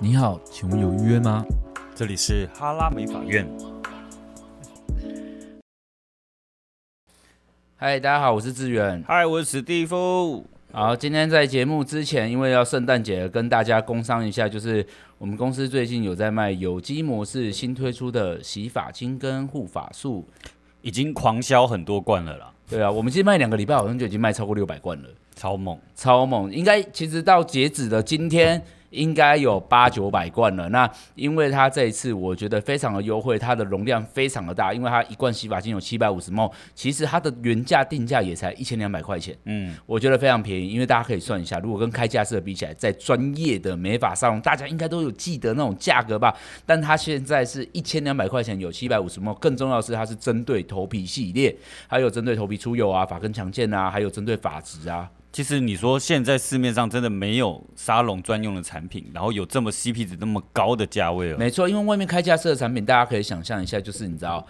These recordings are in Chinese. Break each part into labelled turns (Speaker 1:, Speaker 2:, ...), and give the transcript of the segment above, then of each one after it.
Speaker 1: 你好，请问有约吗？
Speaker 2: 这里是哈拉美法院，
Speaker 1: 嗨，大家好，我是志远。
Speaker 2: 嗨，我是史蒂夫。
Speaker 1: 好，今天在节目之前，因为要圣诞节了，跟大家工商一下，就是我们公司最近有在卖有机模式新推出的洗发精跟护发素。
Speaker 2: 已经狂销很多罐了啦，
Speaker 1: 对啊，我们其实卖两个礼拜，好像就已经卖超过六百罐了，
Speaker 2: 超猛！
Speaker 1: 超猛！应该其实到截止的今天。应该有八九百罐了。那因为它这一次我觉得非常的优惠，它的容量非常的大，因为它一罐洗发精有七百五十 ml，其实它的原价定价也才一千两百块钱，
Speaker 2: 嗯，
Speaker 1: 我觉得非常便宜。因为大家可以算一下，如果跟开架式比起来，在专业的美发沙龙，大家应该都有记得那种价格吧？但它现在是一千两百块钱有七百五十 ml，更重要的是它是针对头皮系列，还有针对头皮出油啊、发根强健啊，还有针对发质啊。
Speaker 2: 其实你说现在市面上真的没有沙龙专用的产品，然后有这么 CP 值那么高的价位了，
Speaker 1: 没错，因为外面开架设的产品，大家可以想象一下，就是你知道。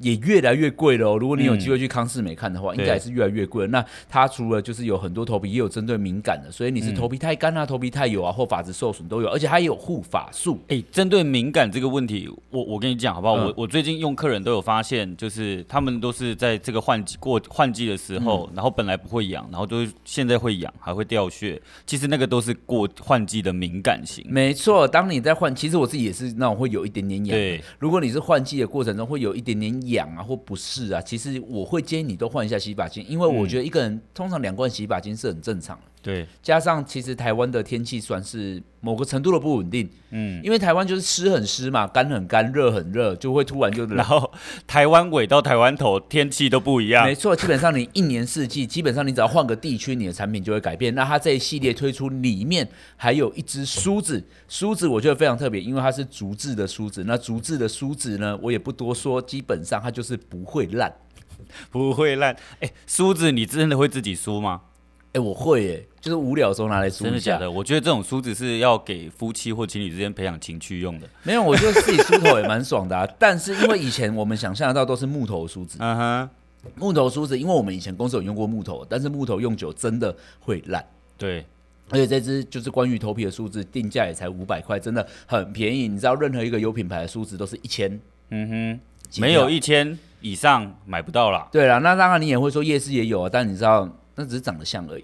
Speaker 1: 也越来越贵了哦。如果你有机会去康士美看的话，
Speaker 2: 对
Speaker 1: 应该也是越来越贵了。那它除了就是有很多头皮，也有针对敏感的，所以你是头皮太干啊、头皮太油啊，或发质受损都有，而且它也有护发素。
Speaker 2: 哎，针对敏感这个问题，我我跟你讲好不好？
Speaker 1: 嗯
Speaker 2: 我我最近用客人都有发现，就是他们都是在这个换季过换季的时候，然后本来不会痒，然后都是现在会痒，还会掉屑。其实那个都是过换季的敏感型。
Speaker 1: 没错，当你在换，其实我自己也是那种会有一点点痒的
Speaker 2: 对。
Speaker 1: 如果你是换季的过程中会有一点点痒啊或不适啊，其实我会建议你都换一下洗发精，因为我觉得一个人、通常两罐洗发精是很正常的。
Speaker 2: 对，
Speaker 1: 加上其实台湾的天气算是某个程度的不稳定，嗯，因为台湾就是湿很湿嘛，干很干，热很热，就会突然就
Speaker 2: 然后台湾尾到台湾头天气都不一样
Speaker 1: 没。错，基本上你一年四季，基本上你只要换个地区，你的产品就会改变。那它这一系列推出里面还有一支梳子，梳子我觉得非常特别，因为它是竹制的梳子。那竹制的梳子呢，我也不多说，基本上它就是不会烂。
Speaker 2: 不会烂。哎、梳子你真的会自己梳吗？
Speaker 1: 哎、我会耶，就是无聊的时候拿来梳一下。啊
Speaker 2: 真的假的？我觉得这种梳子是要给夫妻或情侣之间培养情趣用的。
Speaker 1: 没有，我觉得自己梳头也蛮爽的啊。但是因为以前我们想象得到都是木头梳子，
Speaker 2: 嗯哼，
Speaker 1: 木头梳子，因为我们以前公司有用过木头，但是木头用久真的会烂。
Speaker 2: 对，
Speaker 1: 而且这支就是关于头皮的梳子，定价也才五百块，真的很便宜。你知道任何一个有品牌的梳子都是一千，
Speaker 2: 嗯哼，
Speaker 1: 几
Speaker 2: 没有
Speaker 1: 秒
Speaker 2: 一千以上买不到啦。
Speaker 1: 对啦，那当然你也会说夜市也有啊，但你知道那只是长得像 而已。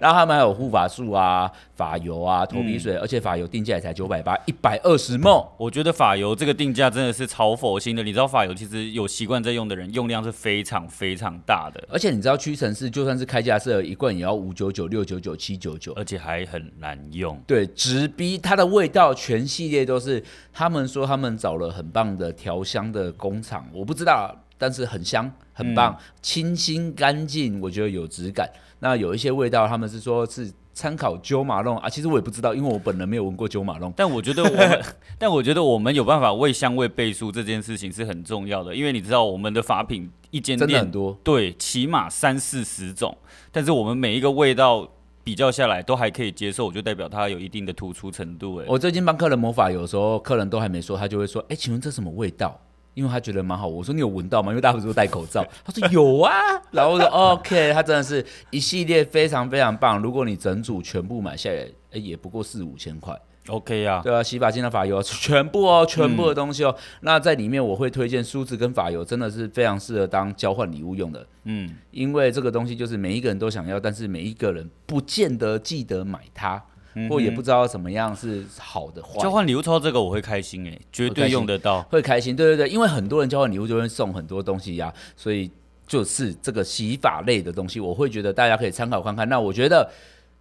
Speaker 1: 然后他们还有护发素啊、发油啊、头皮
Speaker 2: 嗯
Speaker 1: 水，而且发油定价也才九百八，一百二十梦。
Speaker 2: 我觉得发油这个定价真的是超佛心的。你知道发油其实有习惯在用的人，用量是非常非常大的，
Speaker 1: 而且你知道屈臣氏就算是开价色一罐也要五九九、六九九、七九九，
Speaker 2: 而且还很难用。
Speaker 1: 对，直逼它的味道，全系列都是他们说他们找了很棒的调香的工厂，我不知道，但是很香，很棒，清新干净，我觉得有质感。那有一些味道，他们是说是参考鸠马弄啊，其实我也不知道，因为我本人没有闻过鸠马弄。
Speaker 2: 但我觉得我 们，但我觉得我们有办法为香味背书这件事情是很重要的，因为你知道我们的法品一间
Speaker 1: 真的
Speaker 2: 店
Speaker 1: 很多，
Speaker 2: 对，起码三四十种，但是我们每一个味道比较下来都还可以接受，我就代表它有一定的突出程度。哎，
Speaker 1: 我最近帮客人魔法，有时候客人都还没说，他就会说：“哎、请问这什么味道？”因为他觉得蛮好，我说你有闻到吗？因为大家不是都戴口罩，他说有啊，然后我说 OK，他真的是一系列非常非常棒。如果你整组全部买下来，哎也不过四五千块。
Speaker 2: OK 啊，
Speaker 1: 对啊，洗发精的发油 全部哦，全
Speaker 2: 嗯
Speaker 1: 部的东西哦。那在里面我会推荐梳子跟发油，真的是非常适合当交换礼物用的。
Speaker 2: 嗯，
Speaker 1: 因为这个东西就是每一个人都想要，但是每一个人不见得记得买它，或也不知道怎么样是好的坏的
Speaker 2: 嗯交换礼物抽到这个我会开心哎，
Speaker 1: 我
Speaker 2: 绝
Speaker 1: 开
Speaker 2: 对
Speaker 1: 心
Speaker 2: 用得到。
Speaker 1: 会开心，对对对，因为很多人交换礼物就会送很多东西呀、所以就是这个洗发类的东西，我会觉得大家可以参考看看。那我觉得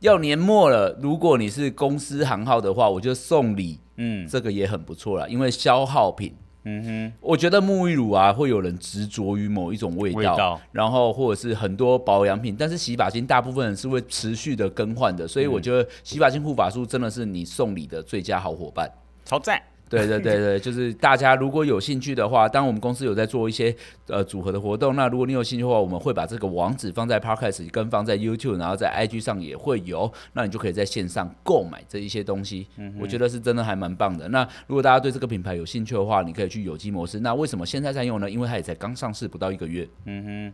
Speaker 1: 要年末了，如果你是公司行号的话，我觉得送礼
Speaker 2: 嗯
Speaker 1: 这个也很不错啦，因为消耗品。
Speaker 2: 嗯
Speaker 1: 我觉得沐浴乳啊，会有人执着于某一种味道，
Speaker 2: 味道
Speaker 1: 然后或者是很多保养品，但是洗发精大部分人是会持续的更换的，所以
Speaker 2: 嗯
Speaker 1: 我觉得洗发精护发素真的是你送礼的最佳好伙伴。
Speaker 2: 哼，超赞。
Speaker 1: 对对对对，就是大家如果有兴趣的话，当然我们公司有在做一些呃组合的活动，那如果你有兴趣的话，我们会把这个网址放在 Podcast 跟放在 YouTube，然后在 IG 上也会有，那你就可以在线上购买这一些东西。
Speaker 2: 嗯
Speaker 1: 我觉得是真的还蛮棒的。那如果大家对这个品牌有兴趣的话，你可以去有机模式。那为什么现在在用呢？因为它也才刚上市不到一个月，
Speaker 2: 嗯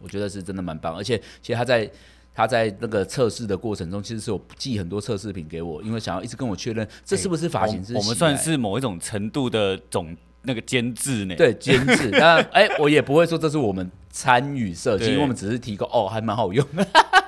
Speaker 1: 我觉得是真的蛮棒，而且其实它在。他在那个测试的过程中，其实是有寄很多测试品给我，因为想要一直跟我确认这是不是发型师、
Speaker 2: 哎我们算是某一种程度的总那个监制呢。，
Speaker 1: 对监制，当然，哎、我也不会说这是我们参与设计，
Speaker 2: 对
Speaker 1: 因为我们只是提供哦，还蛮好用的。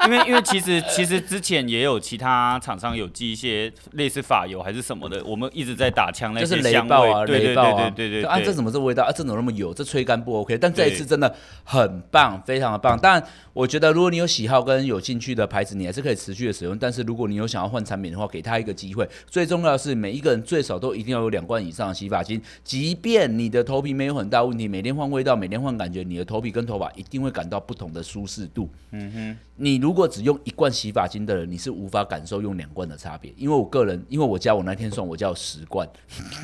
Speaker 2: 因为因为其实其实之前也有其他厂商有寄一些类似发油还是什么的，我们一直在打枪那
Speaker 1: 就是
Speaker 2: 些
Speaker 1: 雷
Speaker 2: 香
Speaker 1: 暴啊，
Speaker 2: 味，对
Speaker 1: 雷
Speaker 2: 对
Speaker 1: 暴
Speaker 2: 对
Speaker 1: 啊，
Speaker 2: 对对对
Speaker 1: 就啊，这
Speaker 2: 对。
Speaker 1: 怎么这味道啊？这怎么那么油？这吹干不 OK？但这一
Speaker 2: 对
Speaker 1: 次真的很棒，非常的棒。但我觉得，如果你有喜好跟有兴趣的牌子，你还是可以持续的使用。但是如果你有想要换产品的话，给他一个机会。最重要的是，每一个人最少都一定要有两罐以上的洗发精。即便你的头皮没有很大问题，每天换味道，每天换感觉，你的头皮跟头发一定会感到不同的舒适度。
Speaker 2: 嗯
Speaker 1: 你如果只用一罐洗发精的人，你是无法感受用两罐的差别。因为我个人，因为我家我那天算我家有十罐，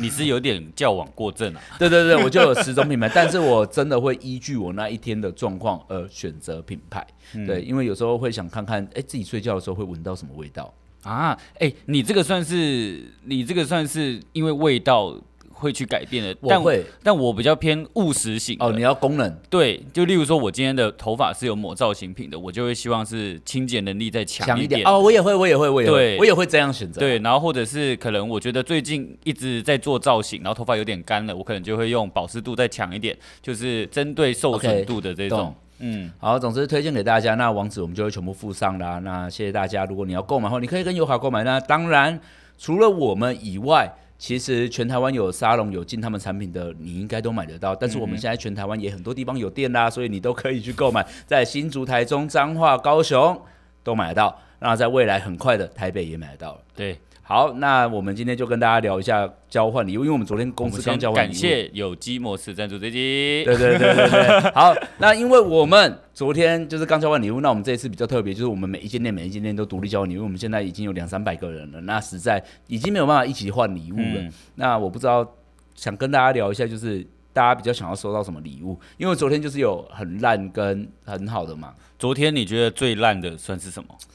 Speaker 2: 你是有点矫枉过正 啊。
Speaker 1: 对对对，我就有十种品牌，但是我真的会依据我那一天的状况而选择品牌。
Speaker 2: 嗯
Speaker 1: 对，因为有时候会想看看，哎，自己睡觉的时候会闻到什么味道。
Speaker 2: 啊，哎、你这个算是你这个算是因为味道会去改变的，
Speaker 1: 我
Speaker 2: 但
Speaker 1: 会
Speaker 2: 但我比较偏务实型的
Speaker 1: 哦，你要功能，
Speaker 2: 对，就例如说我今天的头发是有抹造型品的，我就会希望是清洁能力再强
Speaker 1: 强
Speaker 2: 一
Speaker 1: 一
Speaker 2: 点。
Speaker 1: 点哦，我也会，我也会，我也会，
Speaker 2: 对
Speaker 1: 我也会这样选择。
Speaker 2: 对，然后或者是可能我觉得最近一直在做造型，然后头发有点干了，我可能就会用保湿度再强一点，就是针对受
Speaker 1: OK，
Speaker 2: 损度的这种
Speaker 1: 懂。
Speaker 2: 嗯，
Speaker 1: 好，总之推荐给大家，那网址我们就会全部附上啦。那谢谢大家，如果你要购买的话，你可以跟友好购买。那当然，除了我们以外，其实全台湾有沙龙有进他们产品的，你应该都买得到。但是
Speaker 2: 嗯
Speaker 1: 我们现在全台湾也很多地方有店啦，所以你都可以去购买，在新竹、台中、彰化、高雄都买得到。那在未来很快的，台北也买得到了。
Speaker 2: 对，
Speaker 1: 好，那我们今天就跟大家聊一下交换礼物，因为我们昨天
Speaker 2: 我
Speaker 1: 公
Speaker 2: 们
Speaker 1: 司
Speaker 2: 先
Speaker 1: 刚交换礼物，
Speaker 2: 感谢有机模式赞助这集。
Speaker 1: 对对对对对，好，那因为我们昨天就是刚交换礼物，那我们这一次比较特别，就是我们每一间店每一间店都独立交换礼物，我们现在已经有两三百个人了，那实在已经没有办法一起换礼物了。
Speaker 2: 嗯
Speaker 1: 那我不知道，想跟大家聊一下，就是大家比较想要收到什么礼物？因为昨天就是有很烂跟很好的嘛。
Speaker 2: 昨天你觉得最烂的算是什么？
Speaker 1: 嗯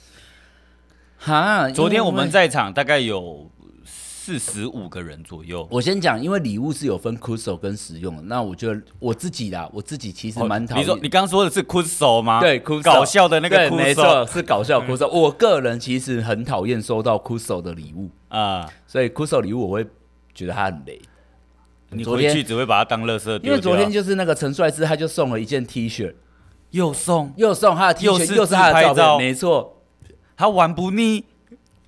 Speaker 1: 哈，
Speaker 2: 昨天我
Speaker 1: 因为
Speaker 2: 们在场大概有四十五个人左右，
Speaker 1: 我先讲，因为礼物是有分 c u s o 跟实用的。那我觉得我自己啦，我自己其实蛮讨
Speaker 2: 哦你
Speaker 1: 厌。
Speaker 2: 说你刚说的是哭手吗？
Speaker 1: 对，哭手
Speaker 2: 搞笑的那个
Speaker 1: 对
Speaker 2: 哭
Speaker 1: 没
Speaker 2: 手
Speaker 1: 错，是搞笑嗯哭手。我个人其实很讨厌收到哭手的礼物，
Speaker 2: 啊！
Speaker 1: 所以哭手礼物我会觉得它很雷。啊
Speaker 2: 你
Speaker 1: 昨
Speaker 2: 回
Speaker 1: 天
Speaker 2: 去只会把它当垃圾丢掉。
Speaker 1: 因为昨天就是那个陈帅之，他就送了一件 T 恤，
Speaker 2: 又送
Speaker 1: 又送他的 T
Speaker 2: 又
Speaker 1: 恤，
Speaker 2: 是
Speaker 1: 又是他的
Speaker 2: 自拍
Speaker 1: 照片，
Speaker 2: 照
Speaker 1: 没错，
Speaker 2: 他玩不腻，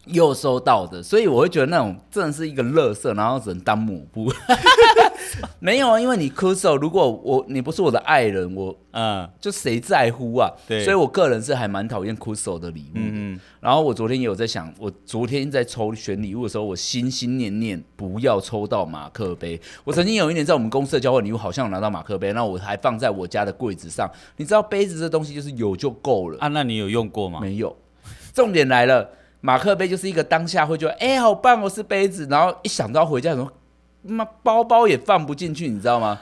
Speaker 1: 又收到的，所以我会觉得那种真的是一个乐色，然后只能当抹布。 没有啊，因为你哭手，如果我你不是我的爱人，我
Speaker 2: 嗯，
Speaker 1: 就谁在乎啊？
Speaker 2: 对
Speaker 1: 所以我个人是还蛮讨厌 Kuso 的礼物的。然后我昨天也有在想，我昨天在抽选礼物的时候，我心心念念不要抽到马克杯。我曾经有一年在我们公司的交换礼物，好像有拿到马克杯，那我还放在我家的柜子上。你知道杯子这东西就是有就够了，
Speaker 2: 啊，那你有用过吗？
Speaker 1: 没有。重点来了，马克杯就是一个当下会觉得，哎、好棒哦，是杯子。然后一想到回家，什么妈包包也放不进去，你知道吗？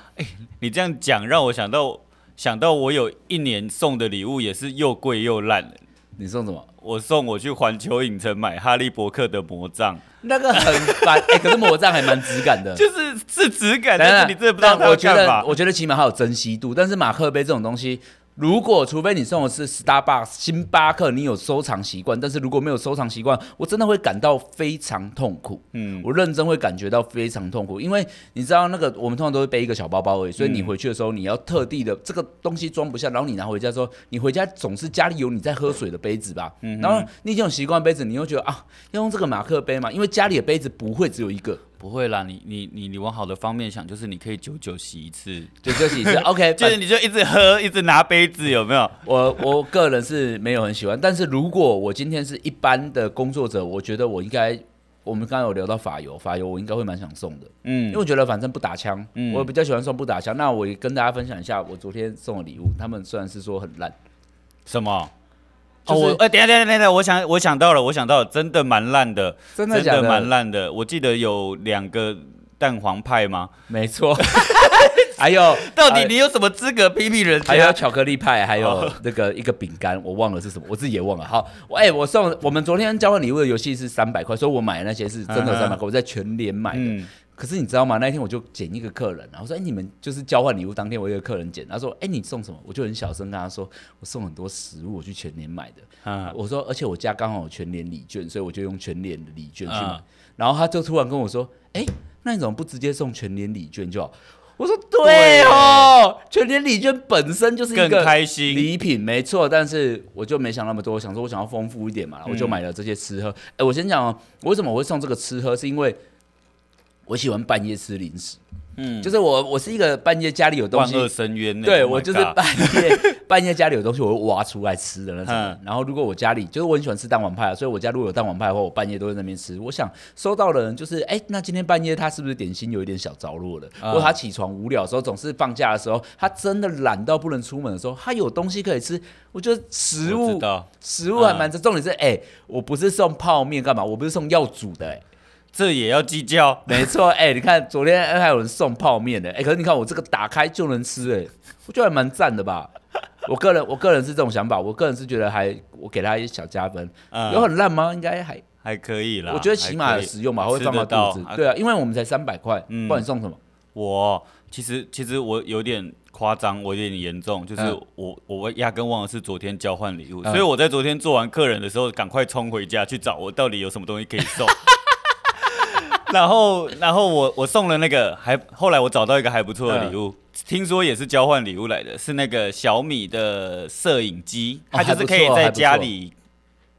Speaker 2: 你这样讲让我想到想到我有一年送的礼物也是又贵又烂，
Speaker 1: 你送什么？
Speaker 2: 我送我去环球影城买哈利波特的魔 杖，
Speaker 1: 那个很烦， 哎、可是魔杖还蛮质感的。
Speaker 2: 就是是质感，
Speaker 1: 等
Speaker 2: 哎
Speaker 1: 等，
Speaker 2: 但是你真的不知道
Speaker 1: 但
Speaker 2: 它
Speaker 1: 我
Speaker 2: 要
Speaker 1: 觉
Speaker 2: 干
Speaker 1: 得，
Speaker 2: 嘛。
Speaker 1: 我觉得起码还有珍惜度。但是马克杯这种东西，如果除非你送的是 Starbucks、星巴克，你有收藏习惯，但是如果没有收藏习惯，我真的会感到非常痛苦。嗯，我认真会感觉到非常痛苦，因为你知道那个我们通常都会背一个小包包
Speaker 2: 嗯
Speaker 1: 而已，所以你回去的时候，你要特地的这个东西装不下，然后你拿回家之后，你回家总是家里有你在喝水的杯子吧，
Speaker 2: 嗯
Speaker 1: 然后你已经有习惯杯子，你又觉得啊，要用这个马克杯嘛，因为家里的杯子不会只有一个。
Speaker 2: 不会啦，你你你你往好的方面想，就是你可以久久洗一次，
Speaker 1: 就这 几次，OK，
Speaker 2: 就是你就一直喝，一直拿杯子，有没有？
Speaker 1: 我我个人是没有很喜欢，但是如果我今天是一般的工作者，我觉得我应该，我们刚刚有聊到法油，法油我应该会蛮想送的，因
Speaker 2: 嗯
Speaker 1: 为，我觉得反正不打枪，我比较喜欢送不打枪。那我也跟大家分享一下我昨天送的礼物，他们虽然是说很烂，
Speaker 2: 什么？
Speaker 1: 就是
Speaker 2: 哦，我哎、等一下等一下等一下，我想我想到了，我想到了，真的蛮烂的，
Speaker 1: 真的假的
Speaker 2: 蛮烂的。我记得有两个蛋黄派吗？
Speaker 1: 没错，还有
Speaker 2: 到底你哦有什么资格批评人
Speaker 1: 还有
Speaker 2: 家？
Speaker 1: 巧克力派，还有那个一个饼干，我忘了是什么，我自己也忘了。好，我哎、我送我们昨天交换礼物的游戏是三百块，所以我买的那些是真的
Speaker 2: 嗯
Speaker 1: 三百块，我在全联买的。
Speaker 2: 嗯
Speaker 1: 可是你知道吗？那一天我就捡一个客人，然后说：“哎、你们就是交换礼物当天，我有一个客人捡，他说：‘哎、你送什么？’我就很小声跟他说：‘我送很多食物，我去全联买的。’
Speaker 2: 嗯，
Speaker 1: 我说，而且我家刚好有全联礼券，所以我就用全联的礼券去买。
Speaker 2: 嗯
Speaker 1: 然后他就突然跟我说：“哎、那你怎么不直接送全联礼券就好？”我说：“
Speaker 2: 对
Speaker 1: 对哦，全联礼券本身就是一
Speaker 2: 更
Speaker 1: 个
Speaker 2: 开心
Speaker 1: 礼品，没错。但是我就没想那么多，我想说我想要丰富一点嘛，我就买了这些吃喝。哎、我先讲哦，我为什么我会送这个吃喝，是因为我喜欢半夜吃零食。
Speaker 2: 嗯
Speaker 1: 嗯，就是我我是一个半夜家里有东
Speaker 2: 万
Speaker 1: 西
Speaker 2: 恶深渊呢。
Speaker 1: 对
Speaker 2: Oh my
Speaker 1: 我就是
Speaker 2: God
Speaker 1: 半夜 半夜家里有东西我会挖出来吃的那种人
Speaker 2: 嗯。
Speaker 1: 然后如果我家里就是我很喜欢吃蛋黄派、啊，所以我家如果有蛋黄派的话，我半夜都在那边吃。我想收到的人就是，哎、那今天半夜他是不是点心有一点小着落了？
Speaker 2: 嗯
Speaker 1: 或者他起床无聊的时候，总是放假的时候，他真的懒到不能出门的时候，他有东西可以吃。我觉得食
Speaker 2: 我
Speaker 1: 物
Speaker 2: 知道嗯
Speaker 1: 食物还蛮重，重点是，哎、我不是送泡面干嘛？我不是送要煮的、哎。
Speaker 2: 这也要计较。
Speaker 1: 没错，哎、你看昨天还有人送泡面的，哎、可是你看我这个打开就能吃、哎，我觉得还蛮赞的吧。 我个人，我个人是这种想法，我个人是觉得还，我给他一小加分，
Speaker 2: 嗯
Speaker 1: 有很烂吗？应该还，
Speaker 2: 还可以啦，
Speaker 1: 我觉得起码
Speaker 2: 还
Speaker 1: 有
Speaker 2: 可以
Speaker 1: 实用吧，会放
Speaker 2: 吃得
Speaker 1: 到肚
Speaker 2: 到
Speaker 1: 子。对啊，因为我们才三百块，
Speaker 2: 嗯
Speaker 1: 不管你送什么，
Speaker 2: 我其实其实我有点夸张，我有点严重，就是
Speaker 1: 嗯
Speaker 2: 我、我压根忘了是昨天交换礼物，
Speaker 1: 嗯
Speaker 2: 所以我在昨天做完客人的时候，赶快冲回家去找我到底有什么东西可以送。 然后，然后我我送了那个还，后来我找到一个还不错的礼
Speaker 1: 嗯
Speaker 2: 物，听说也是交换礼物来的，是那个小米的摄影机，
Speaker 1: 哦
Speaker 2: 它就是可以
Speaker 1: 还不错
Speaker 2: 在
Speaker 1: 还不错
Speaker 2: 家里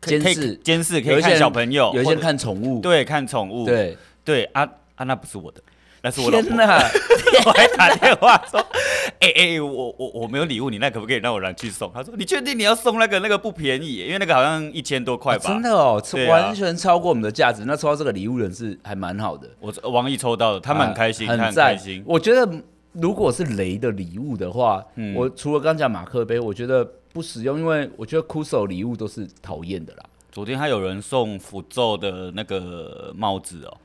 Speaker 2: 可以
Speaker 1: 监视
Speaker 2: 监视，可
Speaker 1: 有
Speaker 2: 以
Speaker 1: 一些
Speaker 2: 看
Speaker 1: 人
Speaker 2: 小朋友，
Speaker 1: 有一些
Speaker 2: 或
Speaker 1: 人
Speaker 2: 者
Speaker 1: 看宠物，
Speaker 2: 对看宠物，
Speaker 1: 对，
Speaker 2: 对啊啊，那不是我的，那是我老婆
Speaker 1: 天。哪，
Speaker 2: 我还打电话说， 哎、哎、我我我没有礼物，你那可不可以让我拿去送？他说，你确定你要送那个？那个不便宜耶，因为那个好像一千多块
Speaker 1: 啊
Speaker 2: 吧。
Speaker 1: 真的哦，
Speaker 2: 对啊
Speaker 1: 完全超过我们的价值。那抽到这个礼物人是还蛮好的，
Speaker 2: 我王毅抽到了，他蛮开心，
Speaker 1: 啊
Speaker 2: 他
Speaker 1: 很
Speaker 2: 很开
Speaker 1: 赞
Speaker 2: 心。
Speaker 1: 我觉得如果是雷的礼物的话，
Speaker 2: 嗯
Speaker 1: 我除了刚讲马克杯，我觉得不实用，因为我觉得酷手礼物都是讨厌的啦。
Speaker 2: 昨天还有人送符咒的那个帽子哦，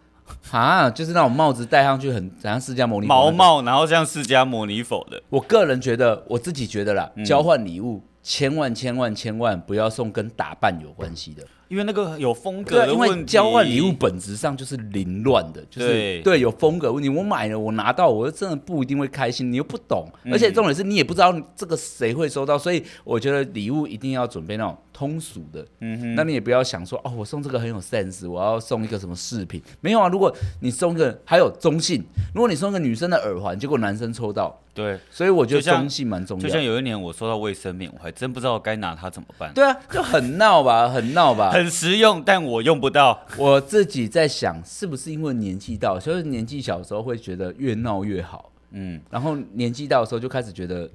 Speaker 1: 啊，就是那种帽子戴上去很很像释迦牟尼佛那
Speaker 2: 毛
Speaker 1: 种。
Speaker 2: 帽，然后像释迦牟尼佛的，
Speaker 1: 我个人觉得，我自己觉得啦，
Speaker 2: 嗯
Speaker 1: 交换礼物千万千万千万不要送跟打扮有关系的，
Speaker 2: 因为那个有风格
Speaker 1: 对，啊
Speaker 2: 的
Speaker 1: 因
Speaker 2: 问
Speaker 1: 为
Speaker 2: 题。
Speaker 1: 交换礼物本质上就是凌乱的，就是
Speaker 2: 对
Speaker 1: 有风格问题。我买了，我拿到，我真的不一定会开心，你又不懂，
Speaker 2: 嗯
Speaker 1: 而且重点是你也不知道这个谁会收到，所以我觉得礼物一定要准备那种通俗的。嗯哼，那你也不要想说哦，我送这个很有 sense，我要送一个什么饰品？没有啊，如果你送一个，还有中性，如果你送一个女生的耳环，结果男生抽到，
Speaker 2: 对，
Speaker 1: 所以我觉得
Speaker 2: 就像
Speaker 1: 中性蛮重
Speaker 2: 就
Speaker 1: 要
Speaker 2: 像
Speaker 1: 的。
Speaker 2: 有一年我收到卫生棉，我还真不知道该拿它怎么办。
Speaker 1: 对啊，就很闹吧，很闹 吧，
Speaker 2: 很实用，但我用不到。
Speaker 1: 我自己在想，是不是因为年纪到，所以年纪小的时候会觉得越闹越好，
Speaker 2: 嗯，
Speaker 1: 然后年纪大的时候就开始觉得，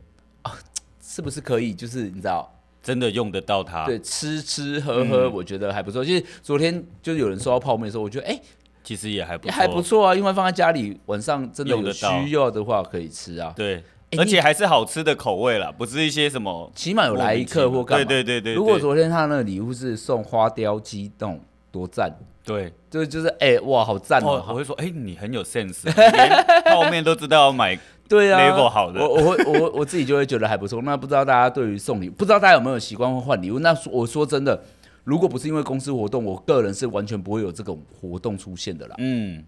Speaker 1: 啊，是不是可以，就是你知道，
Speaker 2: 真的用得到它。
Speaker 1: 对，吃吃喝
Speaker 2: 嗯
Speaker 1: 喝，我觉得还不错。其实昨天就是有人收到泡面的时候，我觉得哎、
Speaker 2: 其实也还不错，
Speaker 1: 还不错啊，因为放在家里晚上真的
Speaker 2: 用
Speaker 1: 有
Speaker 2: 得到
Speaker 1: 需要的话可以吃啊，
Speaker 2: 对，
Speaker 1: 诶
Speaker 2: 而且还是好吃的口味啦，不是一些什么
Speaker 1: 起码有来一客或干嘛。
Speaker 2: 对对对对，
Speaker 1: 如果
Speaker 2: 对
Speaker 1: 昨天他那个礼物是送花雕鸡那种，多赞！
Speaker 2: 对，
Speaker 1: 就就是哎、哇，好赞
Speaker 2: 我
Speaker 1: 哦、
Speaker 2: 我会说，哎，你很有 sense，你连泡面都知道 要买，
Speaker 1: 对啊
Speaker 2: level 好的
Speaker 1: 我我会我我自己就会觉得还不错。那不知道大家对于送礼，不知道大家有没有习惯会换礼物？那说我说真的，如果不是因为公司活动，我个人是完全不会有这种活动出现的啦。
Speaker 2: 嗯，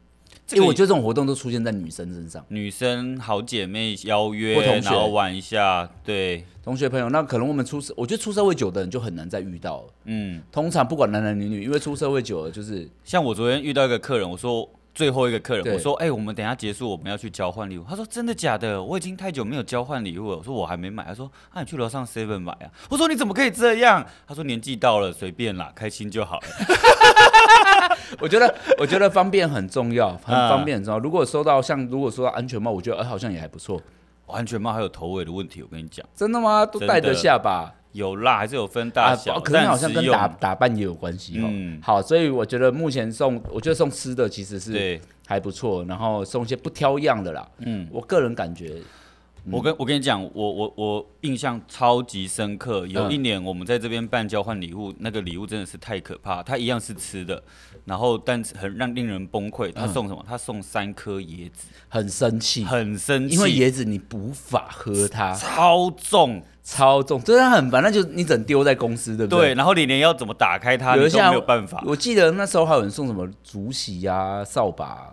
Speaker 2: 这
Speaker 1: 因为我
Speaker 2: 个
Speaker 1: 觉得这种活动都出现在女生身上，
Speaker 2: 女生好姐妹邀约
Speaker 1: 或，同学
Speaker 2: 然后玩一下，对，
Speaker 1: 同学朋友，那可能我们出社，我觉得出社会久的人就很难再遇到了。
Speaker 2: 嗯，
Speaker 1: 通常不管男男女女，因为出社会久了就是
Speaker 2: 像我昨天遇到一个客人，我说。最后一个客人，
Speaker 1: 对
Speaker 2: 我说：“哎、我们等一下结束，我们要去交换礼物。”他说：“真的假的？我已经太久没有交换礼物了。”我说：“我还没买。”他说：“啊，你去楼上 Seven 买啊。”我说：“你怎么可以这样？”他说：“年纪到了，随便啦，开心就好了。”
Speaker 1: 我觉得，我觉得方便很重要，很
Speaker 2: 啊
Speaker 1: 方便很重要。如果收到像如果收到安全帽，我觉得哎、好像也还不错。
Speaker 2: 安全帽还有头尾的问题，我跟你讲，
Speaker 1: 真的吗？都
Speaker 2: 真的
Speaker 1: 戴得下吧？
Speaker 2: 有啦，还是有分大小，
Speaker 1: 啊、可能好像
Speaker 2: 但
Speaker 1: 跟
Speaker 2: 实用
Speaker 1: 打打扮也有关系哦。
Speaker 2: 嗯
Speaker 1: 好，所以我觉得目前送，我觉得送吃的其实是
Speaker 2: 对。
Speaker 1: 还不错，然后送一些不挑样的啦。
Speaker 2: 嗯
Speaker 1: 嗯，我个人感觉
Speaker 2: 我跟我跟你讲，我我我印象超级深刻。有
Speaker 1: 嗯
Speaker 2: 一年我们在这边办交换礼物，那个礼物真的是太可怕。它一样是吃的，然后但是很让令人崩
Speaker 1: 嗯
Speaker 2: 溃。他送什么？他送三颗椰子，
Speaker 1: 很生气，
Speaker 2: 很生气，
Speaker 1: 因为椰子你无法喝它，
Speaker 2: 超重。
Speaker 1: 超重，真的很烦。那就你只能丢在公司，对不
Speaker 2: 对，？然后你连要怎么打开它，
Speaker 1: 有
Speaker 2: 你
Speaker 1: 一
Speaker 2: 都
Speaker 1: 下
Speaker 2: 没有办法。
Speaker 1: 我记得那时候还有人送什么竹席啊、扫把啊、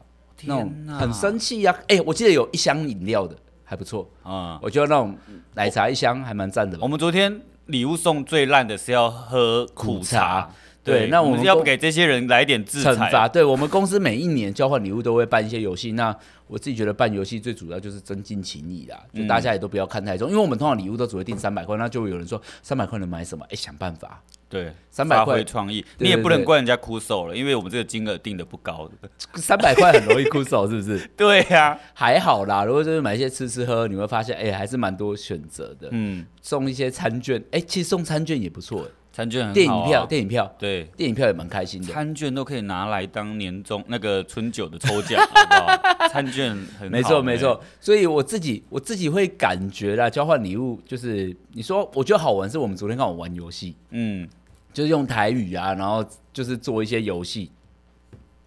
Speaker 1: 那
Speaker 2: 天
Speaker 1: 种
Speaker 2: 哪
Speaker 1: 很生气呀、啊。哎、我记得有一箱饮料的还不错，
Speaker 2: 嗯，
Speaker 1: 我觉得那种奶茶一箱还蛮赞的吧
Speaker 2: 我。们昨天礼物送最烂的是要喝苦
Speaker 1: 苦
Speaker 2: 茶
Speaker 1: 茶。对那我
Speaker 2: 我
Speaker 1: 们
Speaker 2: 是要
Speaker 1: 公
Speaker 2: 给这些人来点制
Speaker 1: 惩
Speaker 2: 裁。啊
Speaker 1: 罚，对我们公司每一年交换礼物都会办一些游戏。那我自己觉得办游戏最主要就是增进情谊啦，
Speaker 2: 嗯
Speaker 1: 就大家也都不要看太重，因为我们通常礼物都只会定三百块，那就会有人说三百块能买什么？哎、想办法。
Speaker 2: 对，
Speaker 1: 300块
Speaker 2: 发挥创意，
Speaker 1: 对
Speaker 2: 你也不能
Speaker 1: 对
Speaker 2: 怪人家哭瘦了，因为我们这个金额定的不高的。
Speaker 1: 三百块很容易哭手，是不是？
Speaker 2: 对啊呀、
Speaker 1: 还好啦，如果就是买一些吃吃喝，喝，你会发现，哎、还是蛮多选择的。
Speaker 2: 嗯，
Speaker 1: 送一些餐券，哎、其实送餐券也不错、
Speaker 2: 餐券很好
Speaker 1: 电
Speaker 2: 啊
Speaker 1: 影票，，电影票，
Speaker 2: 对，
Speaker 1: 电影票也蛮开心的。
Speaker 2: 餐券都可以拿来当年终那个春酒的抽 奖，好不好？餐券很好
Speaker 1: 没错，
Speaker 2: 欸
Speaker 1: 没错。所以我自己我自己会感觉啦，交换礼物就是你说，我觉得好玩是我们昨天刚好玩游戏，
Speaker 2: 嗯，
Speaker 1: 就是用台语啊，然后就是做一些游戏。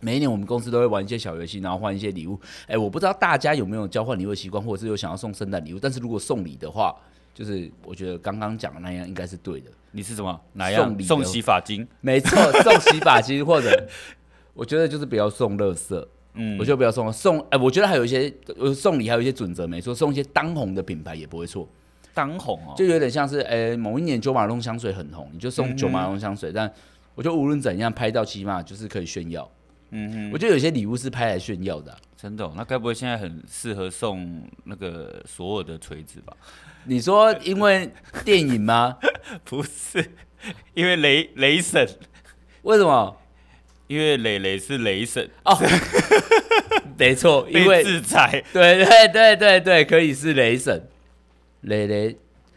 Speaker 1: 每一年我们公司都会玩一些小游戏，然后换一些礼物。哎，我不知道大家有没有交换礼物的习惯，或者是有想要送圣诞礼物。但是如果送礼的话，就是我觉得刚刚讲的那样应该是对的。
Speaker 2: 你是什么哪样
Speaker 1: 送礼的
Speaker 2: 送洗发精？
Speaker 1: 没错，送洗发精或者 我觉得就是不要送垃圾。嗯，我觉得不要送送。哎，我觉得还有一些呃送礼还有一些准则没错，送一些当红的品牌也不会错。
Speaker 2: 当红哦，
Speaker 1: 就有点像是，诶、某一年九马龙香水很红，你就送九马龙香水，但我觉得无论怎样拍到，起码就是可以炫耀。嗯我觉得有些礼物是拍来炫耀的啊、
Speaker 2: 真的哦、那该不会现在很适合送那个索尔的锤子吧？
Speaker 1: 你说因为电影 吗？
Speaker 2: 不是，因为雷雷神，
Speaker 1: 为什么？
Speaker 2: 因为磊磊是雷神，
Speaker 1: 哦，没错，因
Speaker 2: 被
Speaker 1: 为
Speaker 2: 制裁。
Speaker 1: 对对对对对，可以是雷神，雷雷。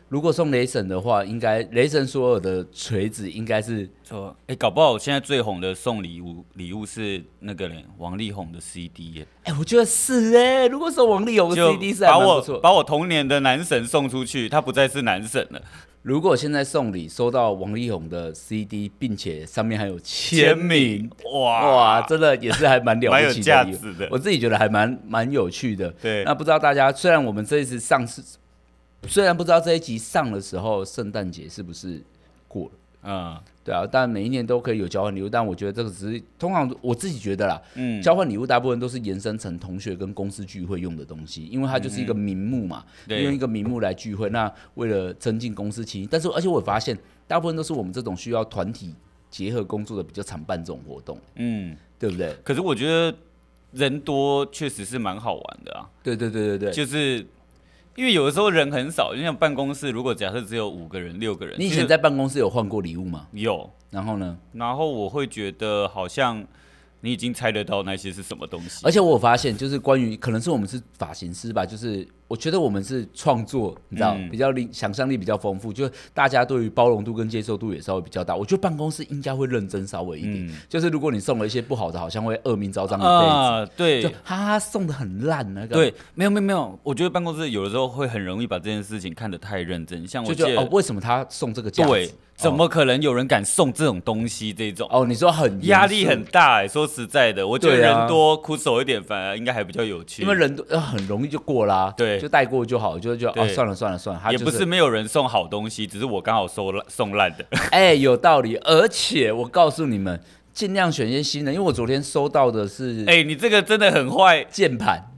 Speaker 1: 如果送雷神的话，应该雷神所有的锤子应该是
Speaker 2: 说，哎、搞不好现在最红的送礼物，礼物是那个嘞，王力宏的 CD 耶，
Speaker 1: 哎、我觉得是哎、如果送王力宏的 CD 是还
Speaker 2: 把
Speaker 1: 蛮不
Speaker 2: 我
Speaker 1: 错。
Speaker 2: 把我童年的男神送出去，他不再是男神了，
Speaker 1: 如果现在送礼收到王力宏的 CD，并且上面还有签
Speaker 2: 签
Speaker 1: 名
Speaker 2: 名，，哇
Speaker 1: 哇，真的也是还蛮了不起的，
Speaker 2: 蛮有价值的
Speaker 1: 我自己觉得还蛮蛮有趣的。
Speaker 2: 对
Speaker 1: 那不知道大家，虽然我们这一次上次，虽然不知道这一集上的时候圣诞节是不是过了，
Speaker 2: 嗯
Speaker 1: 对啊，但每一年都可以有交换礼物，但我觉得这个只是通常我自己觉得啦，
Speaker 2: 嗯，
Speaker 1: 交换礼物大部分都是延伸成同学跟公司聚会用的东西，因为它就是一个名目嘛，
Speaker 2: 嗯对
Speaker 1: 用一个名目来聚会。那为了增进公司情谊，但是而且我发现，大部分都是我们这种需要团体结合工作的比较常办这种活动，
Speaker 2: 嗯，
Speaker 1: 对不对？
Speaker 2: 可是我觉得人多确实是蛮好玩的啊，
Speaker 1: 对对对对对。
Speaker 2: 就是。因为有的时候人很少，就像办公室，如果假设只有五个人、六个人，
Speaker 1: 你以
Speaker 2: 其
Speaker 1: 前
Speaker 2: 实
Speaker 1: 在办公室有换过礼物吗？
Speaker 2: 有，
Speaker 1: 然后呢？
Speaker 2: 然后我会觉得好像你已经猜得到那些是什么东西，
Speaker 1: 而且我有发现，就是关于可能是我们是发型师吧，就是我觉得我们是创作，你知道，
Speaker 2: 嗯
Speaker 1: 比较灵想象力比较丰富，就是大家对于包容度跟接受度也稍微比较大。我觉得办公室应该会认真稍微一点，
Speaker 2: 嗯
Speaker 1: 就是如果你送了一些不好的，好像会恶名昭彰一辈
Speaker 2: 啊，对
Speaker 1: 子。就，哈哈，送的很烂那个，
Speaker 2: 对，，没有没有没有，我觉得办公室有的时候会很容易把这件事情看得太认真，像我
Speaker 1: 就
Speaker 2: 记
Speaker 1: 觉
Speaker 2: 得
Speaker 1: 得哦，为什么他送这个价值？哦
Speaker 2: 对，怎么可能有人敢送这种东西？这种
Speaker 1: 哦？哦，你说很严
Speaker 2: 压力
Speaker 1: 肃
Speaker 2: 很，大哎、说实在的，我觉得
Speaker 1: 对啊
Speaker 2: 人多苦手一点，反而应该还比较有趣，
Speaker 1: 因为人都、呃很容易就过啦、
Speaker 2: 对
Speaker 1: 就带过就好，就就哦
Speaker 2: 对
Speaker 1: 算了算了算了，他
Speaker 2: 也
Speaker 1: 就
Speaker 2: 不是没有人送好东西，只是我刚好收烂送烂的。
Speaker 1: 哎、有道理。而且我告诉你们，尽量选一些新的，因为我昨天收到的是
Speaker 2: 哎、你这个真的很坏，
Speaker 1: 键盘。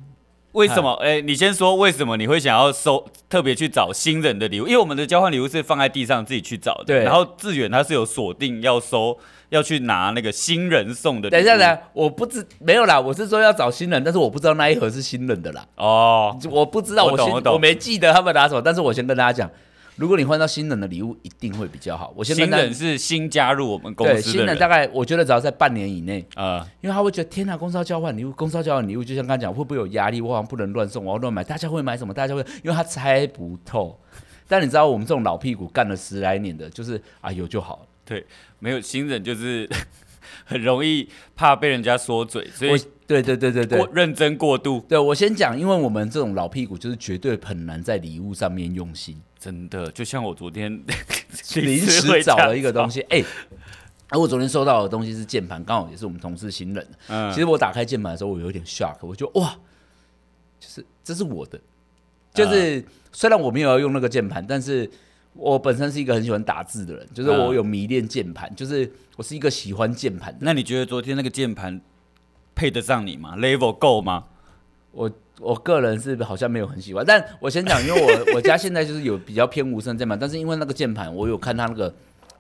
Speaker 2: 为什么？哎、你先说为什么你会想要收特别去找新人的礼物？因为我们的交换礼物是放在地上自己去找的，
Speaker 1: 对
Speaker 2: 然后志远他是有锁定要收要去拿那个新人送的礼物。
Speaker 1: 等一下，等一下，我不知没有啦，我是说要找新人，但是我不知道那一盒是新人的啦，
Speaker 2: 哦，
Speaker 1: 就我不知道
Speaker 2: 我
Speaker 1: 我
Speaker 2: 懂
Speaker 1: 先
Speaker 2: 我懂
Speaker 1: 没记得他们拿什么，但是我先跟大家讲，如果你换到新人的礼物，一定会比较好。我先
Speaker 2: 新
Speaker 1: 跟大
Speaker 2: 人是新加入我们公
Speaker 1: 对
Speaker 2: 司的
Speaker 1: 新人大概我觉得只要在半年以内，
Speaker 2: 呃，
Speaker 1: 因为他会觉得天哪，公司要交换礼物，公司要交换礼物，就像刚才讲，会不会有压力？我好像不能乱送，我要乱买，大家会买什么？大家会，因为他猜不透。 但你知道我们这种老屁股干了十来年的，就是啊有就好了。
Speaker 2: 对，没有新人就是很容易怕被人家说嘴，所以
Speaker 1: 我对对对对对
Speaker 2: 过，认真过度，
Speaker 1: 对我先讲，因为我们这种老屁股就是绝对很难在礼物上面用心，
Speaker 2: 真的就像我昨天
Speaker 1: 临时找了一个东，西，哎、而我昨天收到的东西是键盘，刚好也是我们同事新人。
Speaker 2: 嗯
Speaker 1: 其实我打开键盘的时候，我有一点 shock，我就哇，就是这是我的，就是、
Speaker 2: 嗯
Speaker 1: 虽然我没有要用那个键盘，但是我本身是一个很喜欢打字的人，就是
Speaker 2: 嗯
Speaker 1: 我有迷恋键盘，就是我是一个喜欢键盘的人。
Speaker 2: 那你觉得昨天那个键盘配得上你吗？level 够吗？
Speaker 1: 我我个人是好像没有很喜欢，但我先讲，因为我 我家现在就是有比较偏无声键盘，但是因为那个键盘，我有看它那个，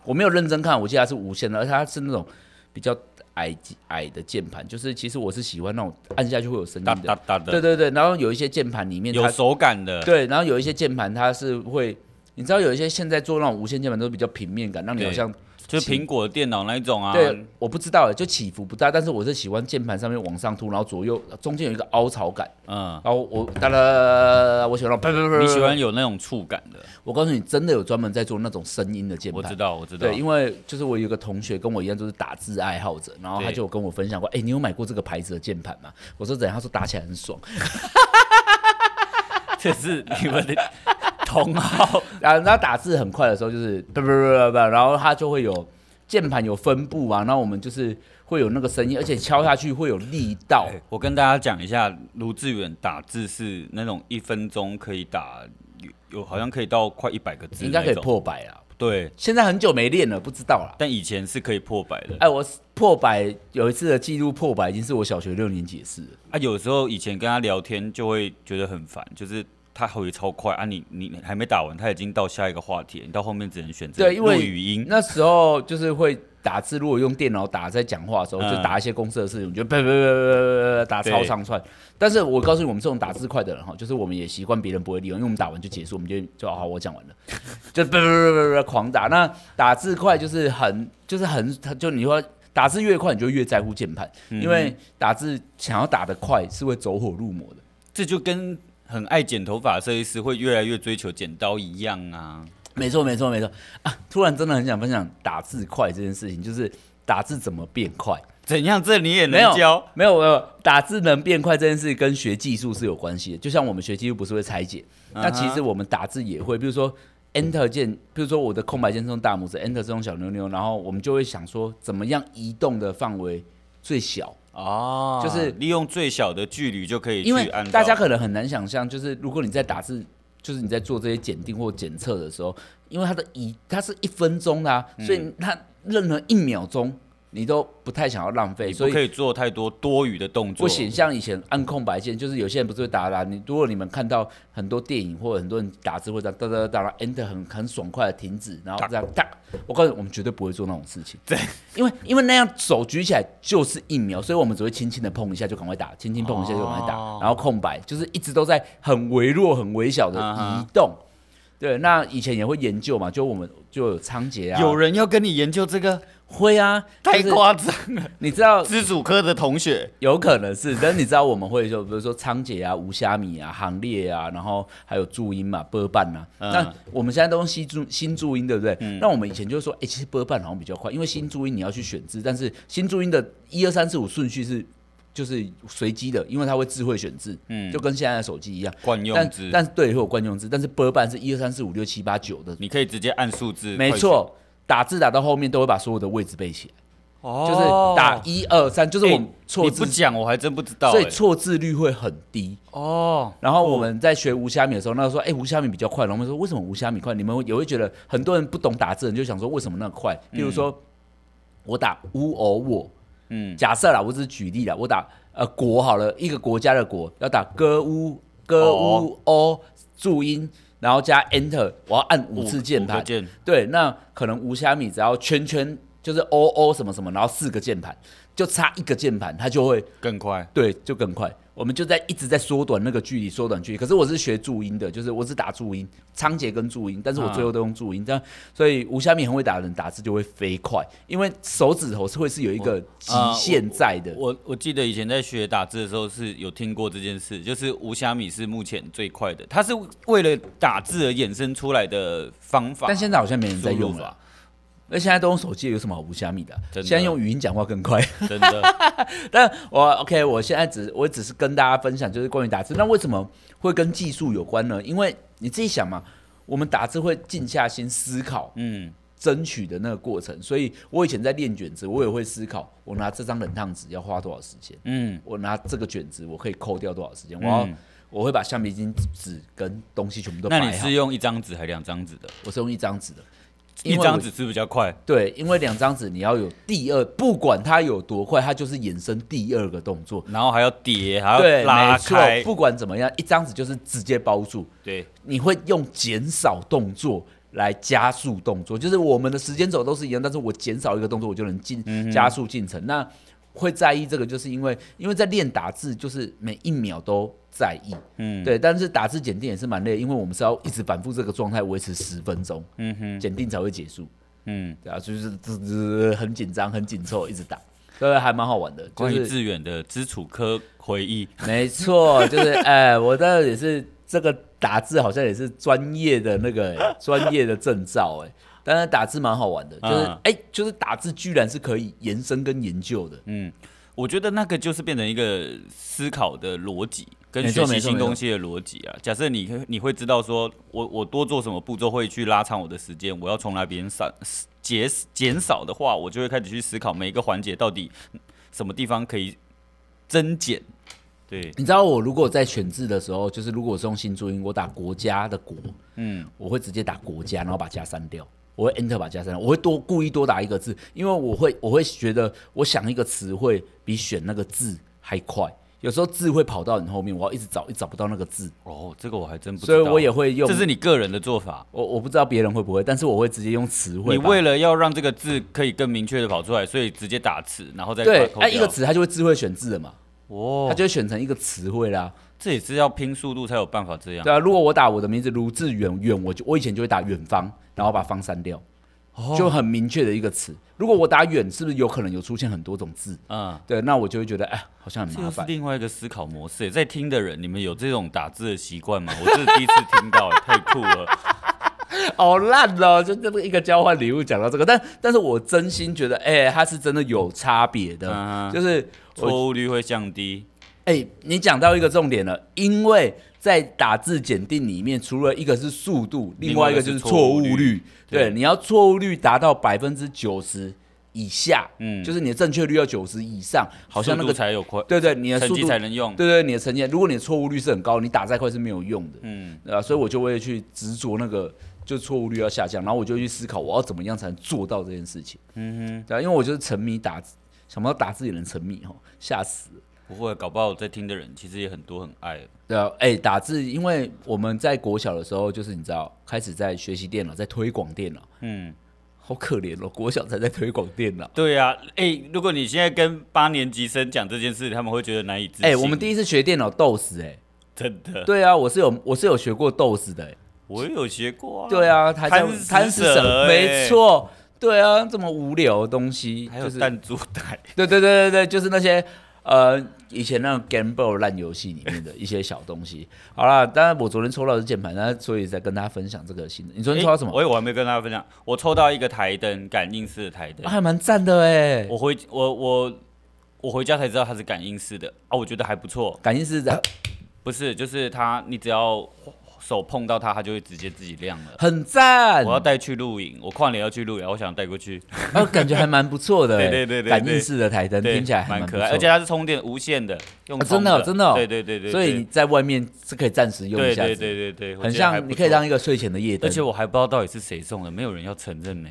Speaker 1: 我没有认真看，我记得它是无线的，而且它是那种比较矮矮的键盘，就是其实我是喜欢那种按下去会有声音
Speaker 2: 哒哒
Speaker 1: 的，
Speaker 2: 哒
Speaker 1: 对
Speaker 2: 的，
Speaker 1: 对对，然后有一些键盘里面
Speaker 2: 有
Speaker 1: 它
Speaker 2: 手感的，
Speaker 1: 对，然后有一些键盘它是会，你知道有一些现在做那种无线键盘都比较平面感，让你
Speaker 2: 对
Speaker 1: 好像
Speaker 2: 就是苹果电脑那一种啊，
Speaker 1: 对，我不知道欸，就起伏不大，但是我是喜欢键盘上面往上凸，然后左右中间有一个凹槽感。
Speaker 2: 嗯，
Speaker 1: 然后我哒啦，我喜欢那种啪啪啪啪
Speaker 2: 你喜欢有那种触感的，
Speaker 1: 我告诉你，真的有专门在做那种声音的键
Speaker 2: 我知
Speaker 1: 盘。
Speaker 2: 道，我知道，
Speaker 1: 对，因为就是我有一个同学跟我一样，就是打字爱好者，然后他
Speaker 2: 对
Speaker 1: 就有跟我分享过，哎、你有买过这个牌子的键盘吗？我说怎样？他说打起来很爽。
Speaker 2: 这是你 们的同好，
Speaker 1: 然后他打字很快的时候，就是啪啪啪啪啪，然后他就会有键盘有分布啊，然后我们就是会有那个声音，而且敲下去会有力道。
Speaker 2: 我跟大家讲一下，卢志远打字是那种一分钟可以打有有好像可以到快一百个字，
Speaker 1: 应该可以，破百啊！
Speaker 2: 对，
Speaker 1: 现在很久没练了，不知道啦。
Speaker 2: 但以前是可以破百的。
Speaker 1: 哎，我破百有一次的记录破百，已经是我小学六年级的事了。
Speaker 2: 啊，有时候以前跟他聊天就会觉得很烦，就是他回超快啊你，你你还没打完，他已经到下一个话题了，你到后面只能选择
Speaker 1: 对，因为
Speaker 2: 录语音。
Speaker 1: 那时候就是会打字，如果用电脑打在讲话的时候，
Speaker 2: 嗯
Speaker 1: 就打一些公司的事情，我觉得啪啪啪啪啪啪打超长串。但是我告诉你，我们这种打字快的人哈，就是我们也习惯别人不会利用，因为我们打完就结束，我们就就好，我讲完了，就啪啪啪啪啪狂打。那打字快就是很就是很，就你说。打字越快，你就越在乎键盘，因为打字想要打得快是会走火入魔的。
Speaker 2: 这就跟很爱剪头发的设计师会越来越追求剪刀一样啊。
Speaker 1: 没错，没错，没错啊！突然真的很想分享打字快这件事情，就是打字怎么变快。
Speaker 2: 怎样？这你也
Speaker 1: 没
Speaker 2: 能
Speaker 1: 有
Speaker 2: 教？
Speaker 1: 没有没有，打字能变快这件事跟学技术是有关系的。就像我们学技术不是会拆解，
Speaker 2: 嗯哼
Speaker 1: 那其实我们打字也会，比如说 Enter 键，比如说我的空白键是用大拇指，Enter 是用小牛牛，然后我们就会想说怎么样移动的范围最小。
Speaker 2: 哦，
Speaker 1: 就是
Speaker 2: 利用最小的距离就可以去
Speaker 1: 因为
Speaker 2: 按照。
Speaker 1: 大家可能很难想象，就是如果你在打字，就是你在做这些检定或检测的时候，因为它的移它是一分钟的、啊，
Speaker 2: 嗯
Speaker 1: 所以它任何一秒钟你都不太想要浪费，
Speaker 2: 你
Speaker 1: 所
Speaker 2: 不
Speaker 1: 以
Speaker 2: 可以做太多多余的动作。
Speaker 1: 不行，像以前按空白键，就是有些人不是会打打你。如果你们看到很多电影或者很多人打字会打哒哒哒哒，enter 很很爽快的停止，然后
Speaker 2: 哒
Speaker 1: 这样哒。我告诉你，我们绝对不会做那种事情。对，因为因为那样手举起来就是一秒，所以我们只会轻轻的碰一下就赶快打，轻轻碰一下就赶快打，
Speaker 2: 哦
Speaker 1: 然后空白就是一直都在很微弱、很微小的
Speaker 2: 啊哈
Speaker 1: 移动。对，那以前也会研究嘛，就我们就有仓颉啊，
Speaker 2: 有人要跟你研究这个，
Speaker 1: 会啊，
Speaker 2: 太
Speaker 1: 就是
Speaker 2: 夸张 了。
Speaker 1: 你知道
Speaker 2: 知主科的同学，
Speaker 1: 有可能是，但是你知道我们会就比如说仓颉啊、无虾米啊、行列啊，然后还有注音嘛、波半呐、
Speaker 2: 嗯
Speaker 1: 那我们现在都用新注新注音，对不对？那我们以前就说，哎、其实波半好像比较快，因为新注音你要去选字，但是新注音的一二三四五顺序是就是随机的，因为它会智慧选字，
Speaker 2: 嗯
Speaker 1: 就跟现在的手机一样。
Speaker 2: 惯用
Speaker 1: 但
Speaker 2: 字，
Speaker 1: 但是对会有惯用字，但是波半是一二三四五六七八九的，
Speaker 2: 你可以直接按数字，
Speaker 1: 没错。打字打到后面都会把所有的位置背起来，
Speaker 2: 快速，
Speaker 1: 就是打一二三，就是我们
Speaker 2: 哎
Speaker 1: 错
Speaker 2: 哦你不
Speaker 1: 字
Speaker 2: 讲我还真不知道、
Speaker 1: 所以
Speaker 2: 哎
Speaker 1: 错字率会很低。
Speaker 2: 哦，
Speaker 1: 然后我们在学无虾米的时候，那时候说，哎、无虾米比较快。然后我们说，为什么无虾米快？你们也会觉得很多人不懂打字，你就想说为什么那么快？比如说，我打乌偶我，
Speaker 2: 嗯，
Speaker 1: 假设啦，我只是举例啦，我打呃国好了，一个国家的国要打歌乌歌乌哦注音，然后加 Enter，我要按五次键
Speaker 2: 五
Speaker 1: 盘
Speaker 2: 个。键，
Speaker 1: 对，那可能无虾米只要圈圈就是 O O 什么什么，然后四个键盘，就差一个键盘，它就会
Speaker 2: 更快。
Speaker 1: 对，就更快。我们就在一直在缩短那个距离，缩短距离。可是我是学注音的，就是我只打注音，仓颉跟注音，但是我最后都用注音。
Speaker 2: 啊
Speaker 1: 这样，所以无虾米很会打的人打字就会飞快，因为手指头是会是有一个极
Speaker 2: 啊
Speaker 1: 限在的。
Speaker 2: 我我记得以前在学打字的时候是有听过这件事，就是无虾米是目前最快的，它是为了打字而衍生出来的方法，
Speaker 1: 但现在好像没人在
Speaker 2: 输入
Speaker 1: 用了
Speaker 2: 法。
Speaker 1: 那现在都用手机，有什么好无虾米的？啊
Speaker 2: 真的
Speaker 1: 现在用语音讲话更快。
Speaker 2: 真的，
Speaker 1: 但我 OK，我现在只我只是跟大家分享，就是关于打字。那为什么会跟技术有关呢？因为你自己想嘛，我们打字会静下心思考，
Speaker 2: 嗯，
Speaker 1: 争取的那个过程。所以我以前在练卷子，我也会思考，我拿这张冷烫纸要花多少时间，
Speaker 2: 嗯，
Speaker 1: 我拿这个卷子我可以扣掉多少时间，我要、
Speaker 2: 嗯
Speaker 1: 我会把橡皮筋、纸跟东西全部都
Speaker 2: 那你
Speaker 1: 摆好
Speaker 2: 是。用一张纸还两张纸的？
Speaker 1: 我是用一张纸的，
Speaker 2: 一
Speaker 1: 因为
Speaker 2: 张
Speaker 1: 我
Speaker 2: 纸是比较快，
Speaker 1: 对，因为两张纸你要有第二，不管它有多快，它就是衍生第二个动作。
Speaker 2: 然后还要叠，还要
Speaker 1: 对，
Speaker 2: 拉
Speaker 1: 没错
Speaker 2: 开，，
Speaker 1: 不管怎么样，一张纸就是直接包住，
Speaker 2: 对，
Speaker 1: 你会用减少动作来加速动作，就是我们的时间轴都是一样，但是我减少一个动作，我就能进、
Speaker 2: 嗯
Speaker 1: 加速进程。那会在意这个，就是因为因为在练打字，就是每一秒都在意，
Speaker 2: 嗯，
Speaker 1: 对。但是打字检定也是蛮累，因为我们是要一直反复这个状态维持十分钟，
Speaker 2: 嗯哼，
Speaker 1: 检定才会结束。
Speaker 2: 嗯。
Speaker 1: 对啊，就是 滋滋很紧张、很紧凑，一直打，对，还蛮好玩的。就
Speaker 2: 关于
Speaker 1: 是
Speaker 2: 致远的知楚科回忆，
Speaker 1: 没错，就是哎，我当然也是这个打字好像也是专业的那个 哎专业的证照哎，当然打字蛮好玩的，就是
Speaker 2: 嗯
Speaker 1: 哎，就是打字居然是可以延伸跟研究的，
Speaker 2: 嗯，我觉得那个就是变成一个思考的逻辑，跟
Speaker 1: 没
Speaker 2: 学
Speaker 1: 错
Speaker 2: 习
Speaker 1: 没错
Speaker 2: 新东西的逻辑啊。假设你可你会知道说，我我多做什么步骤会去拉长我的时间，我要从哪边少减减少的话，我就会开始去思考每一个环节到底什么地方可以增减。对，
Speaker 1: 你知道我如果在选字的时候，就是如果我是用新注音，我打国家的国，
Speaker 2: 嗯，
Speaker 1: 我会直接打国家，然后把加删掉。我会 enter 把加删掉，我会多故意多打一个字，因为我会我会觉得我想一个词汇比选那个字还快，有时候字会跑到你后面，我要一直找，一直找不到那个字，
Speaker 2: 哦，这个我还真不知
Speaker 1: 所
Speaker 2: 道，
Speaker 1: 以我也会用。
Speaker 2: 这是你个人的做法。
Speaker 1: 我我不知道别人会不会，但是我会直接用词汇
Speaker 2: 你
Speaker 1: 把。
Speaker 2: 为了要让这个字可以更明确的跑出来，所以直接打词，然后再
Speaker 1: 对
Speaker 2: 把它，扣
Speaker 1: 哎、一个
Speaker 2: 掉
Speaker 1: 词它就会智慧选字了嘛，
Speaker 2: 哦
Speaker 1: 它，就会选成一个词汇啦。
Speaker 2: 这也是要拼速度才有办法这样。
Speaker 1: 对啊，如果我打我的名字卢志远远，我就我以前就会打远方，然后把方删掉，
Speaker 2: 哦
Speaker 1: 就很明确的一个词。如果我打远，是不是有可能有出现很多种字？
Speaker 2: 嗯，
Speaker 1: 对，那我就会觉得哎，好像很
Speaker 2: 这
Speaker 1: 麻
Speaker 2: 又是
Speaker 1: 烦。
Speaker 2: 另外一个思考模式耶。在听的人，你们有这种打字的习惯吗？我这是第一次听到耶，太 酷了。
Speaker 1: 好烂哦！就这么一个交换礼物讲到这个，但但是我真心觉得，哎、它是真的有差别的，
Speaker 2: 嗯
Speaker 1: 就是我
Speaker 2: 错误率会降低。
Speaker 1: 哎、你讲到一个重点了，因为在打字检定里面，除了一个是速度，另外一个就是错误
Speaker 2: 另外一个是错误
Speaker 1: 率
Speaker 2: 率。
Speaker 1: 对，
Speaker 2: 对
Speaker 1: 你要错误率达到百分之九十以下，嗯，
Speaker 2: 嗯
Speaker 1: 就是你的正确率要九十以上，好像那
Speaker 2: 速
Speaker 1: 个
Speaker 2: 度才有快，
Speaker 1: 对对，你的
Speaker 2: 成
Speaker 1: 速
Speaker 2: 绩
Speaker 1: 度
Speaker 2: 才能用
Speaker 1: 对对，你的成绩，如果你的错误率是很高，你打再快是没有用的，
Speaker 2: 嗯，
Speaker 1: 啊，所以我就会去执着那个。就错误率要下降，然后我就去思考我要怎么样才能做到这件事情。嗯哼，对啊，因为我就是沉迷打字，想不到打字也能沉迷哦，吓死了。
Speaker 2: 不会，搞不好在听的人其实也很多很爱。
Speaker 1: 对啊，哎、打字，因为我们在国小的时候，就是你知道，开始在学习电脑，在推广电脑，
Speaker 2: 嗯，
Speaker 1: 好可怜哦，国小才在推广电脑。
Speaker 2: 对呀、啊，哎、如果你现在跟八年级生讲这件事，他们会觉得难以置信。
Speaker 1: 哎、我们第
Speaker 2: 一
Speaker 1: 一次学电脑 DOS，哎、
Speaker 2: 真的，
Speaker 1: 对啊，我是有我是有学过 DOS 的、哎，
Speaker 2: 我也有学过啊。
Speaker 1: 对，啊，还在
Speaker 2: 贪食
Speaker 1: 贪食
Speaker 2: 蛇
Speaker 1: 蛇，
Speaker 2: 哎
Speaker 1: 没错，对啊，这么无聊的东西，
Speaker 2: 还有
Speaker 1: 就是
Speaker 2: 弹珠台。
Speaker 1: 对对对对对，就是那些呃以前那种 Game Boy 烂游戏里面的一些小东西。好啦，当然我昨天抽到的是键盘，那所以才跟大家分享这个新的。你 昨天抽到什么？
Speaker 2: 诶我也我还没跟大家分享，我抽到一个台灯，感应式的台灯
Speaker 1: 啊。还蛮赞的哎、
Speaker 2: 我回我我我回家才知道它是感应式的啊，我觉得还不错。
Speaker 1: 感应是这样
Speaker 2: 不是，就是它，你只要手碰到它，它就会直接自己亮了。
Speaker 1: 很赞，
Speaker 2: 我要带去露营，我跨年要去露营，我想带过去，
Speaker 1: 呃感觉还蛮不错的欸，
Speaker 2: 对对对对对
Speaker 1: 感应式的台灯
Speaker 2: 对，
Speaker 1: 听起来还
Speaker 2: 蛮
Speaker 1: 不错
Speaker 2: 可爱，而且它是充电无线的，用
Speaker 1: 啊真
Speaker 2: 充
Speaker 1: 的哦真的哦
Speaker 2: 对对对对，
Speaker 1: 所以你在外面是可以暂时用一
Speaker 2: 对对
Speaker 1: 下
Speaker 2: 对
Speaker 1: 子，
Speaker 2: 对对对，我
Speaker 1: 很
Speaker 2: 觉得还
Speaker 1: 像
Speaker 2: 不
Speaker 1: 你可以当
Speaker 2: 错，
Speaker 1: 一个睡前的夜灯，
Speaker 2: 而且我还不知道到底是谁送的，没有人要承认呢，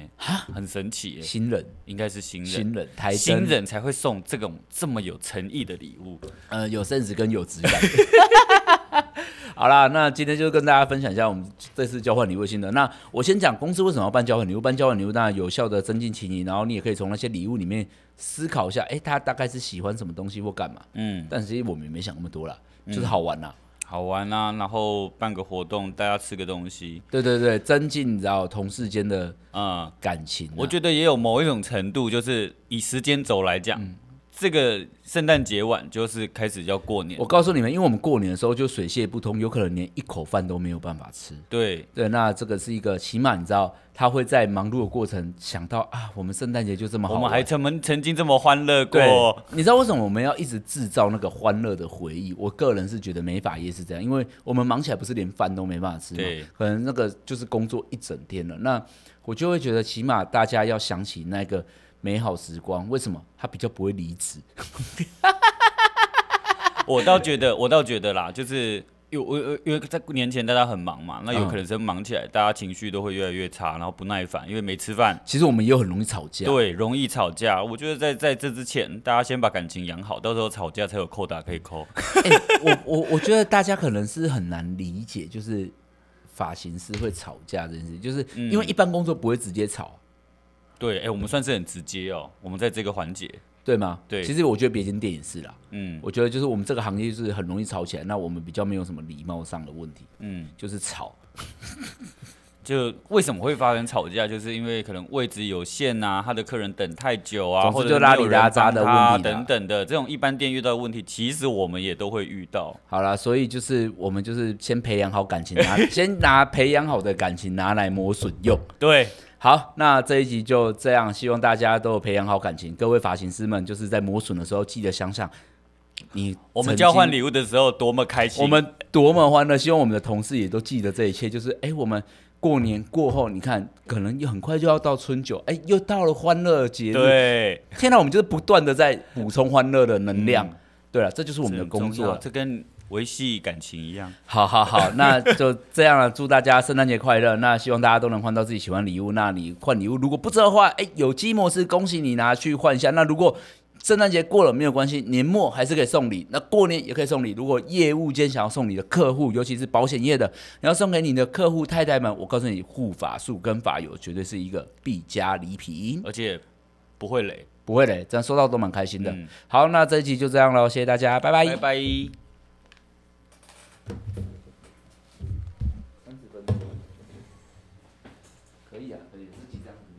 Speaker 2: 很神奇耶，
Speaker 1: 新人
Speaker 2: 应该是新人
Speaker 1: 新。人台灯，
Speaker 2: 新人才会送这种这么有诚意的礼物，
Speaker 1: 呃有 sense 跟有质感。 好啦，那今天就跟大家分享一下我们这次交换礼物的心得。那我先讲公司为什么要办交换礼物，办交换礼物当然有效的增进情谊，然后你也可以从那些礼物里面思考一下，哎、他大概是喜欢什么东西或干嘛。
Speaker 2: 嗯，
Speaker 1: 但其实我们也没想那么多啦，就是好玩啦。
Speaker 2: 好玩啊，然后办个活动，大家吃个东西，
Speaker 1: 对对对，增进你知道同事间的
Speaker 2: 嗯，
Speaker 1: 感情啊、嗯
Speaker 2: 我觉得也有某一种程度，就是以时间轴来讲，这个圣诞节晚就是开始要过年
Speaker 1: 我，告诉你们，因为我们过年的时候就水泄不通，有可能连一口饭都没有办法吃。
Speaker 2: 对，
Speaker 1: 对，那这个是一个，起码你知道他会在忙碌的过程想到啊，我们圣诞节就这么好
Speaker 2: 我
Speaker 1: 玩，
Speaker 2: 们还曾们曾经这么欢乐
Speaker 1: 对
Speaker 2: 过，，
Speaker 1: 你知道为什么我们要一直制造那个欢乐的回忆？我个人是觉得美发业是这样，因为我们忙起来不是连饭都没办法吃
Speaker 2: 对
Speaker 1: 嘛，可能那个就是工作一整天了。那我就会觉得，起码大家要想起那个美好时光。为什么他比较不会离职？
Speaker 2: 我倒觉得，我倒觉得啦，就是因为我我因为在年前大家很忙嘛，那有
Speaker 1: 嗯
Speaker 2: 可能是忙起来，大家情绪都会越来越差，然后不耐烦，因为没吃饭，
Speaker 1: 其实我们也很容易吵架。
Speaker 2: 对，容易吵架。我觉得在在这之前，大家先把感情养好，到时候吵架才有扣打可以扣。
Speaker 1: 欸我我我觉得大家可能是很难理解，就是发型师会吵架这件事，就是
Speaker 2: 嗯
Speaker 1: 因为一般工作不会直接吵，
Speaker 2: 对，哎、我们算是很直接哦，我们在这个环节，
Speaker 1: 对吗？
Speaker 2: 对
Speaker 1: 其实我觉得别间店也是啦。
Speaker 2: 嗯
Speaker 1: 我觉得就是我们这个行业就是很容易吵起来，那我们比较没有什么礼貌上的问题，
Speaker 2: 嗯，
Speaker 1: 就是吵。
Speaker 2: 就为什么会发生吵架，就是因为可能位置有限啊，他的客人等太久啊，
Speaker 1: 总之
Speaker 2: 或者
Speaker 1: 就是拉
Speaker 2: 没有
Speaker 1: 里
Speaker 2: 人
Speaker 1: 拉扎
Speaker 2: 帮
Speaker 1: 的
Speaker 2: 他啊
Speaker 1: 问题啦
Speaker 2: 等等的，这种一般店遇到的问题，其实我们也都会遇到。
Speaker 1: 好啦，所以就是我们就是先培养好感情，拿 先拿培养好的感情拿来磨损用。
Speaker 2: 对，
Speaker 1: 好，那这一集就这样，希望大家都有培养好感情。各位发型师们，就是在磨损的时候，记得想想你
Speaker 2: 我们
Speaker 1: 曾经
Speaker 2: 交换礼物的时候多么开心，
Speaker 1: 我们多么欢乐！希望我们的同事也都记得这一切。就是，哎、我们过年过后，你看，可能又很快就要到春酒，哎、又到了欢乐的节日。
Speaker 2: 对
Speaker 1: 天哪，我们就是不断的在补充欢乐的能量。对了，这嗯就是我
Speaker 2: 我
Speaker 1: 们的工作。
Speaker 2: 这跟维系感情一样。
Speaker 1: 好好好，那就这样了。祝大家圣诞节快乐！那希望大家都能换到自己喜欢的礼物。那你换礼物如果不知道的话，哎，有机模式恭喜你拿去换一下。那如果圣诞节过了没有关系，年末还是可以送礼。那过年也可以送礼。如果业务间想要送你的客户，尤其是保险业的，你要送给你的客户太太们，我告诉你，护发素跟发油绝对是一个必加礼品，
Speaker 2: 而且不会累。
Speaker 1: 不会嘞，这样收到都蛮开心的。
Speaker 2: 嗯
Speaker 1: 好，那这一集就这样喽，谢谢大家，拜
Speaker 2: 拜拜。
Speaker 1: 可以啊，可以，自己这样子。